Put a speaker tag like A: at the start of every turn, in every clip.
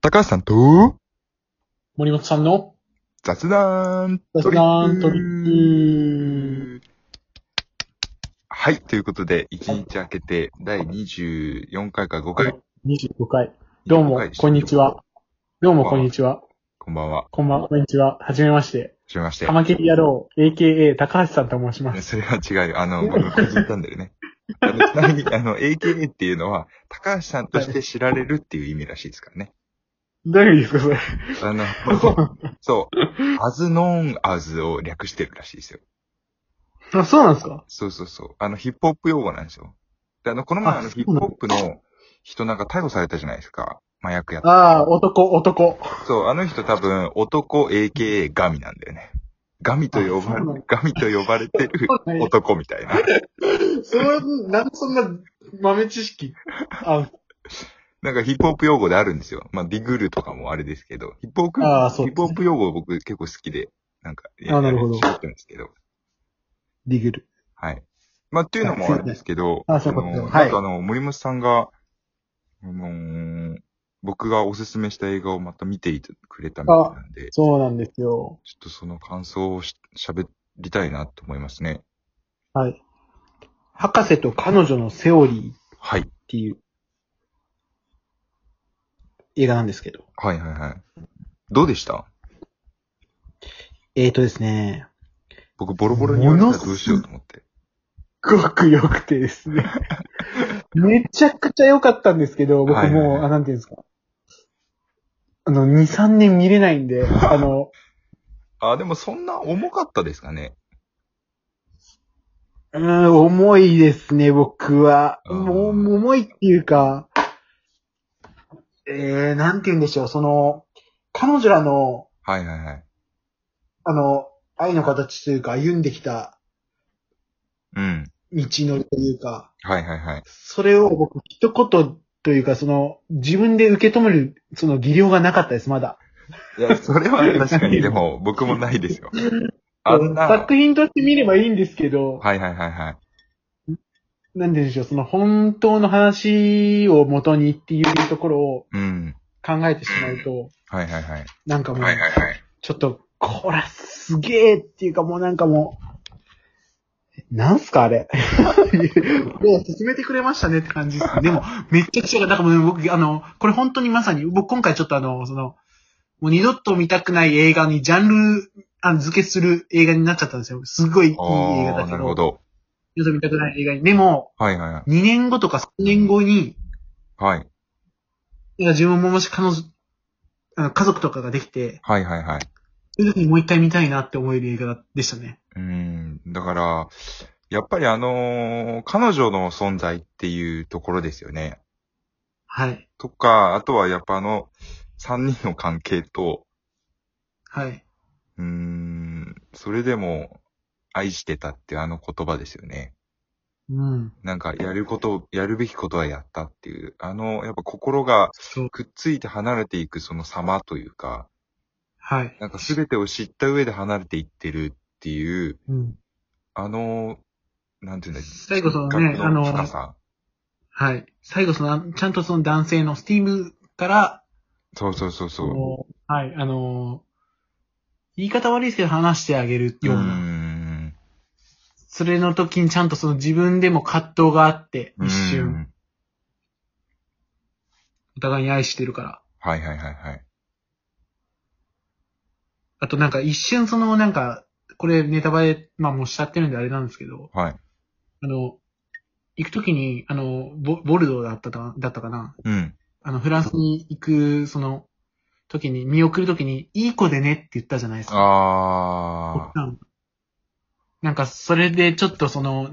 A: 高橋さんと、
B: 森本さんの
A: 雑談
B: 雑談トリック
A: はい、ということで、1日明けて、第24回か5回。
B: 25回。ど
A: 25
B: うも
A: 回で、した
B: こんにちは。。どうも、こんにちは。
A: こんばんは。
B: こんばんは、こんにちは。はじめまして。
A: はじめまして
B: カ。マキリ野郎、AKA 高橋さんと申します。
A: それは違うよ。あの、僕、個人チャンネルね。 あのちなみに、あの、AKA っていうのは、高橋さんとして知られるっていう意味らしいですからね。
B: どういう意味ですか、それ。
A: あの、そう、as known as を略してるらしいですよ。
B: あ、そうなんですか
A: そうそうそう。あの、ヒップホップ用語なんですよ。で、あの、この前、あの、
B: あ
A: ヒップホップの人なんか逮捕されたじゃないですか。麻薬やっ
B: ああ、男、男。
A: そう、あの人多分、男 AKA ガミなんだよね。ガミと呼ば
B: あそうなの
A: れ、ガミと呼ばれて る男みたいな。
B: そう、なんでそんな豆知識。あ、
A: なんかヒップホップ用語であるんですよ。まあ、ディグルとかもあれですけど、ヒップホップ、
B: ああそう
A: ヒップホップ用語僕結構好きで、なんか、
B: あなるほど
A: ややってるんですけど。
B: ディグル。
A: はい。まあ、っていうのもあるんですけど、
B: あそういうこと
A: の、
B: はい
A: なんかあの、森本さんが、あのー僕がおすすめした映画をまた見ていてくれたみたいなんで、ちょ
B: そうなんですよ。
A: っとその感想をし喋りたいなと思いますね。
B: はい。博士と彼女のセオリーっ
A: はい。
B: ていう映画なんですけど。
A: はいはいはい。どうでした
B: えーとですね。
A: 僕ボロボロに言われたらどうしようと思って。
B: すごく良くてですね。 めちゃくちゃ良かったんですけど、僕もう、
A: はいはいはい
B: あ、なんていうんですか。あの、2、3年見れないんで、 あの、
A: あ、でもそんな重かったですかね。
B: うーん、重いですね、僕は。
A: うん
B: もう、重いっていうか、えー、なんて言うんでしょう、その、彼女らの、
A: はいはいはい。
B: あの、愛の形というか、歩んできた
A: うん。
B: 道のりというか、
A: はいはいはい。
B: それを僕、一言というか、その、自分で受け止める、その技量がなかったです、まだ。
A: い や、それは確かに、でも僕もないですよ。あんな。
B: 作品として見ればいいんですけど、
A: はいはいはいはい。
B: なんでしょう、その本当の話を元にっていうところを
A: うん。
B: 考えてしまうと、
A: はいはいはい。
B: なんかもう、
A: いはい。
B: ちょっと、こら、すげえっていうかもうなんかもう、なんすかあれ。 もう進めてくれましたねって感じ です。でも、めっちゃくちゃ、なんかもう僕、あの、これ本当にまさに、僕今回ちょっとあの、その、もう二度と見たくない映画にジャンル、あの、付けする映画になっちゃったんですよ。すごいいい映画
A: あ
B: だ
A: あ、
B: け
A: なる
B: ど
A: ほ。ど。
B: 二度と見たくない映画に。でも、
A: はいはいはい。
B: 2年後とか3年後に、
A: はい。
B: いや、自分ももし彼女、あの家族とかができて、
A: はいはいはい。
B: そういう時にもう一回見たいなって思える映画でしたね。
A: うん。だから、やっぱりあのー彼女の存在っていうところですよね。
B: はい。
A: とか、あとはやっぱあの、三人の関係と、
B: はい。
A: うーん、それでも、愛してたっていうあの言葉ですよね。
B: うん。
A: なんか、やること、やるべきことはやったっていう、あの、やっぱ心が
B: そう。
A: くっついて離れていくその様というか、
B: はい。
A: なんか全てを知った上で離れていってるっていう、
B: うん。
A: あの、なんていうんだ
B: 最後そのね
A: 感、
B: あ
A: 覚
B: の、
A: の深さ。
B: はい。最後その、ちゃんとその男性のスティーブから、
A: そうそうそうそ
B: もうはい、あのー言い方悪いですけど話してあげる
A: う。
B: よう
A: うー
B: な。
A: ん。
B: それの時にちゃんとその自分でも葛藤があって、一
A: う
B: 瞬、
A: ん。
B: お互いに愛してるから。
A: はいはいはいはい。
B: あとなんか一瞬そのなんか、これネタバレ、まあもうしちゃってるんであれなんですけど、
A: はい。
B: あの、行くときに、あの、ボボルドーだったかだったかな。
A: うん。
B: あの、フランスに行く、その、時に、見送るときに、いい子でねって言ったじゃないですか。
A: あー。
B: うんなんか、それでちょっとその、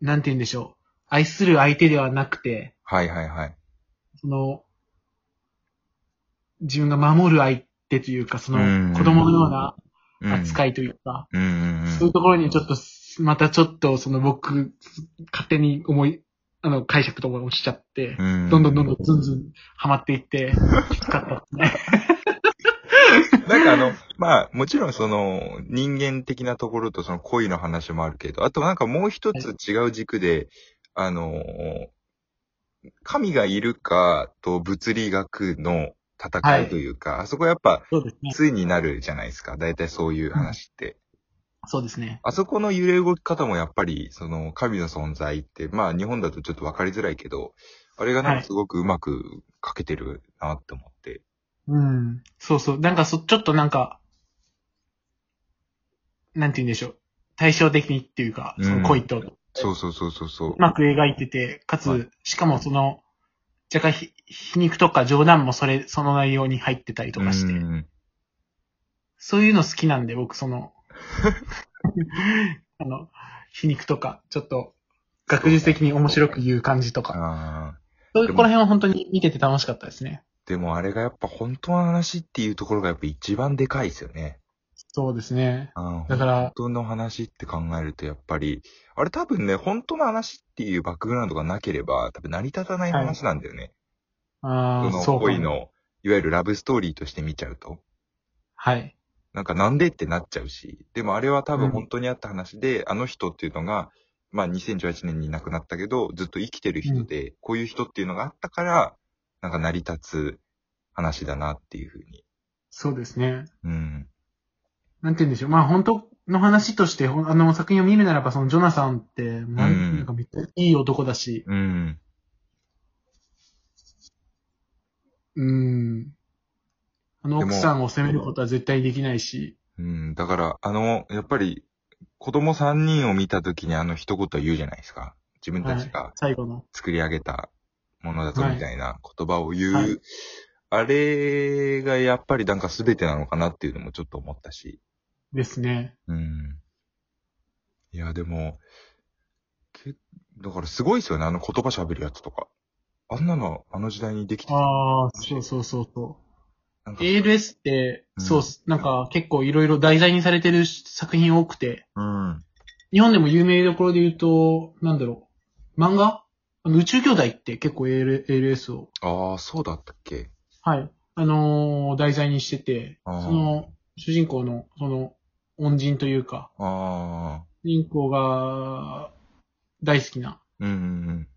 B: なんて言うんでしょう。愛する相手ではなくて、
A: はいはいはい。
B: その、自分が守る相手というか、そ
A: うん
B: の、子供のような
A: うん
B: 扱いというか、
A: うんうん
B: そううい
A: ん
B: う。ところにちょっと、またちょっと、その僕、勝手に思い、あの、解釈とか落ちちゃって、
A: うん
B: どんどんどんどんずんずんハマっていって、きつかったですね。
A: なんかあの、まあ、もちろんその、人間的なところとその恋の話もあるけど、あとなんかもう一つ違う軸で、あの、神がいるかと物理学の戦いというか、あそこやっぱ、
B: そう ですね。
A: ついになるじゃないですか。大体そういう話って。
B: そうですね。
A: あそこの揺れ動き方もやっぱり、その、神の存在って、まあ日本だとちょっとわかりづらいけど、あれがなん
B: は
A: か
B: い
A: すごくうまく描けてるなって思って。
B: うん。そうそう。なんかそ、ちょっとなんか、なんて言うんでしょう。対照的にっていうか、その恋と、う
A: そうそうそうそうそう。
B: まく描いてて、かつ、
A: はい
B: しかもその、若干ひ皮肉とか冗談もそれ、その内容に入ってたりとかして、
A: うん
B: そういうの好きなんで、僕 その、あの、皮肉とか、ちょっと、学術的に面白く言う感じとか、
A: あー
B: そういうところら辺は本当に見てて楽しかったですね。
A: でもあれがやっぱ本当の話っていうところがやっぱ一番でかいですよね。
B: そうですね。
A: うん
B: だから、
A: 本当の話って考えるとやっぱり、あれ多分ね、本当の話っていうバックグラウンドがなければ、多分成り立たない話なんだよね。
B: あ
A: そ
B: あ、
A: の
B: そうか
A: 恋
B: も。
A: の、いわゆるラブストーリーとして見ちゃうと。
B: はい。
A: なんかなんでってなっちゃうし。でもあれは多
B: う
A: 分
B: ん
A: 本当にあった話で、あの人っていうのが、まあ2018年に亡くなったけど、ずっと生きてる人で、こういう人っていうのがあったから、なんか成り立つ話だなっていうふうに。
B: そうですね。
A: うん。
B: なんて言うんでしょう。まあ本当の話として、ほんあの作品を見るならば、そのジョナサンって、なん,、
A: うん
B: なんかめっちゃいい男だし、
A: うん。
B: うん。あの
A: でも
B: 奥さんを責めることは絶対できないし、
A: うん。だから、あの、やっぱり、子供3人を見た時にあの一言言うじゃないですか。自分たちが
B: 最後の。
A: 作り上げたものだと
B: はい
A: みたいな言葉を言う。
B: はい
A: あれがやっぱりなんか全てなのかなっていうのもちょっと思ったし。
B: ですね。
A: うん。いや、でも、けだからすごいですよね、あの言葉喋るやつとか。あんなの、あの時代にできてた
B: ああ、そうそうそうそう。
A: なんか
B: ALS って、
A: うん
B: そうっす、なんか結構いろいろ題材にされてる作品多くて、
A: うん。
B: 日本でも有名どころで言うと、なんだろう、漫画あの宇宙兄弟って結構 AL ALS を
A: ああ、そうだったっけ
B: はい。あのー題材にしてて、そ
A: あー
B: の、主人公の、その、恩人というか、
A: ああ、
B: 主人公が、大好きな
A: うんうんうん。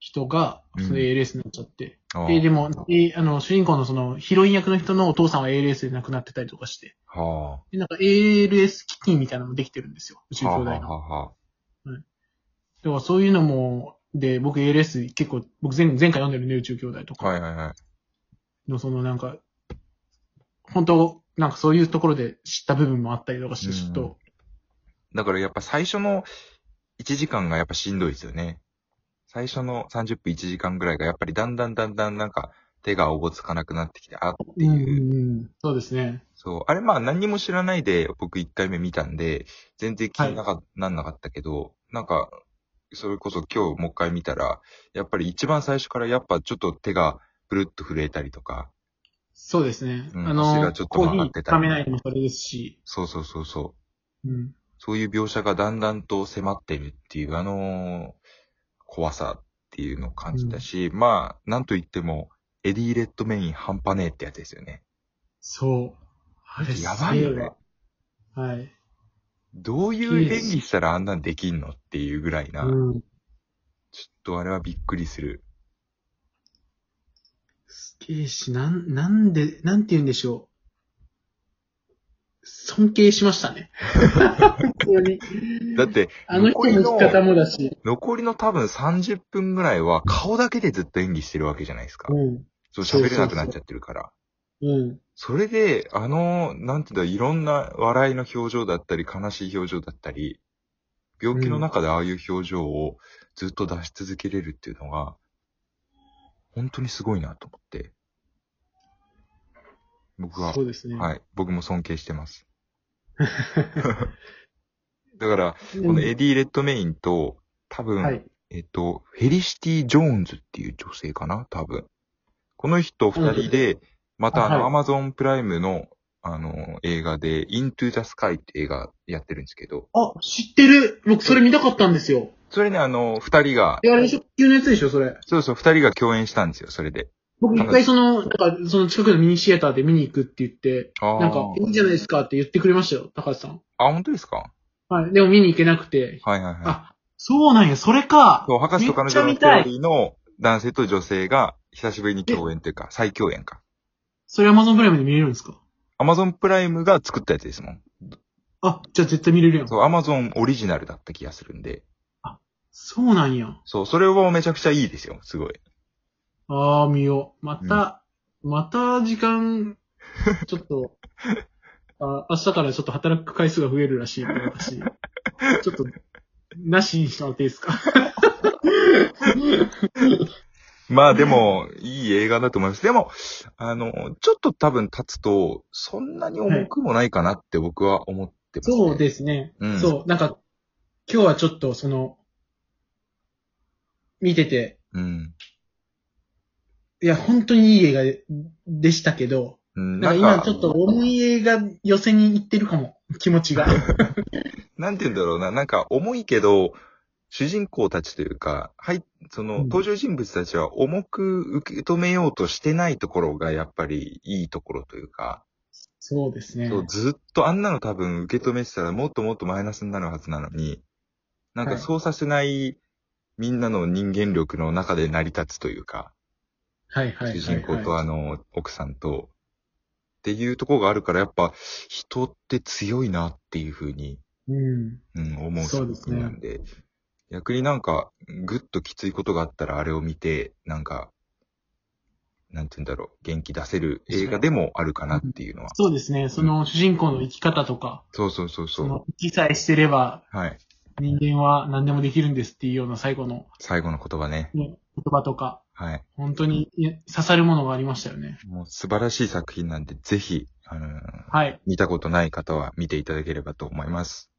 B: 人が、
A: うん
B: その ALS になっちゃって。
A: ああ
B: で、でも、であの、主人公のその、ヒロイン役の人のお父さんは ALS で亡くなってたりとかして。
A: は
B: で、なんか ALS 基金みたいなのもできてるんですよ。宇宙
A: あ。は
B: 兄
A: あ
B: 弟
A: は
B: の。だ
A: あ
B: か
A: は
B: らそういうのも、で、僕 ALS 結構、僕前前回読んでるね、宇宙兄弟と
A: あ。
B: か。
A: はいはいはい。
B: のそのなんか、本当なんかそういうところで知った部分もあったりとかして、
A: うん
B: ちょっと、
A: だからやっぱ最初の1時間がやっぱしんどいですよね。最初の30分1時間ぐらいがやっぱりだんだんだんだんなんか手がおぼつかなくなってきて、あっていうう。
B: んうん、そうですね。
A: そう。あれまあ何にも知らないで僕1回目見たんで、全然気になか、なんなかったけど、なんか、それこそ今日もう一回見たら、やっぱり一番最初からやっぱちょっと手がブルッと震えたりとか、
B: そうですね。
A: うん
B: あ
A: 足
B: の
A: が、ちょっと
B: コーヒ
A: 曲がっ
B: ー
A: てたり
B: 深めないのもそれですし、
A: そうそうそうそう。
B: うん、
A: そういう描写がだんだんと迫ってるっていう、あの怖さっていうのを感じたし、まあ、なんといっても、エディ・レッドメイン半端ねえってやつですよね。
B: そう。あれ
A: やばいよね
B: すげえわはい。
A: どういう演技したらあんなんできんのっていうぐらいな、
B: うん。
A: ちょっとあれはびっくりする。
B: すげえし、なん、なんで、なんて言うんでしょう。尊敬しましたね。本当に。
A: だって、
B: あの人
A: 残り
B: の
A: の
B: 生き方もだし、
A: 残りの多分30分ぐらいは顔だけでずっと演技してるわけじゃないですか
B: う。ん、
A: そう喋れなくなっちゃってるから。
B: うん、
A: それで、あの、なんていうんだ、いろんな笑いの表情だったり、悲しい表情だったり、病気の中でああいう表情をずっと出し続けれるっていうのが、本当にすごいなと思って。僕は
B: そ、うですね。
A: はい、僕も尊敬して ます。だから、
B: うん
A: このエディ・レッドメインと、多分、
B: はい。
A: えっと、フェリシティ・ジョーンズっていう女性かな多分。この人二人で、またあ
B: あ
A: の、
B: は
A: アマゾンプライムの、あの、映画で、イントゥ・ザ・スカイって映画やってるんですけど、
B: あ、知ってる僕それ見たかったんですよ。
A: それね、あの、二人が、
B: え、あれでしょ急のやつでしょそれ。
A: そうそう、二人が共演したんですよ、それで。
B: 僕一
A: はい
B: 回その、なんか、その近くのミニシアターで見に行くって言って、
A: あ
B: なんか
A: ー、
B: いいじゃないですかって言ってくれましたよ、高橋さん。
A: あ、本当ですか
B: はい。でも見に行けなくて。
A: はいはいはい。
B: あ、そうなんや、それか。
A: そう、博士と彼女
B: め
A: の
B: っ
A: テ
B: ちゃ見た
A: オ
B: い
A: リーの男性と女性が、久しぶりに共演というか、再共演か。
B: それ Amazon プライムで見れるんですか
A: Amazon プライムが作ったやつですもん。
B: あ、じゃあ絶対見れるやん。
A: そう、Amazon オリジナルだった気がするんで。
B: そうなんや。
A: そう、それはめちゃくちゃいいですよ、すごい。
B: あー、見よう。また、また時間、ちょっ と、あ明日からちょっと働く回数が増えるらしいんで、私。ちょっと、なしにしてもらっていいですか
A: まあでも、いい映画だと思います。でも、あの、ちょっと多分経つと、そんなに重くもないかなって僕は思ってます、ね
B: そうですね、
A: うん
B: そう、なんか、今日はちょっとその、見てて、
A: うん。
B: いや、本当にいい映画ででしたけど、
A: うん。
B: なんか今ちょっと重い映画寄せに行ってるかも、気 持ちが。
A: なんて言うんだろうな、なんか重いけど、主人公たちというか、はい、その、
B: うん
A: 登場人物たちは重く受け止めようとしてないところがやっぱりいいところというか、
B: そうですね。
A: そうずっとあんなの多分受け止めてたらもっともっとマイナスになるはずなのに、なんか
B: はい
A: そうさせないみんなの人間力の中で成り立つというか、
B: はいはいはい、はい。
A: 主人公とあの、奥さんと、っていうところがあるからやっぱ人って強いなっていうふうに
B: うん。
A: うん、思う
B: そう
A: 作
B: です
A: 品
B: ね
A: なんで、逆になんか、ぐっときついことがあったらあれを見て、なんか、なんて言うんだろう、元気出せる映画でもあるかなっていうのは。
B: そうですね。その主人公の生き方とか、
A: そうそうそう
B: そ
A: そ
B: の生きさえしてれば
A: う。はい。
B: 人間は何でもできるんですっていうような最後の、
A: 最後の言葉ね。
B: ね、言葉とか、
A: はい。
B: 本当にいや刺さるものがありましたよね。
A: もう素晴らしい作品なんで、ぜひ、あのー
B: はい。
A: 見たことない方は見ていただければと思います。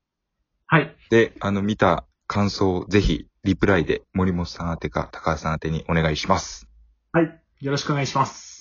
B: はい。
A: で、あの、見た感想をぜひ、リプライで森本さん宛てか高橋さん宛てにお願いします。
B: はい。よろしくお願いします。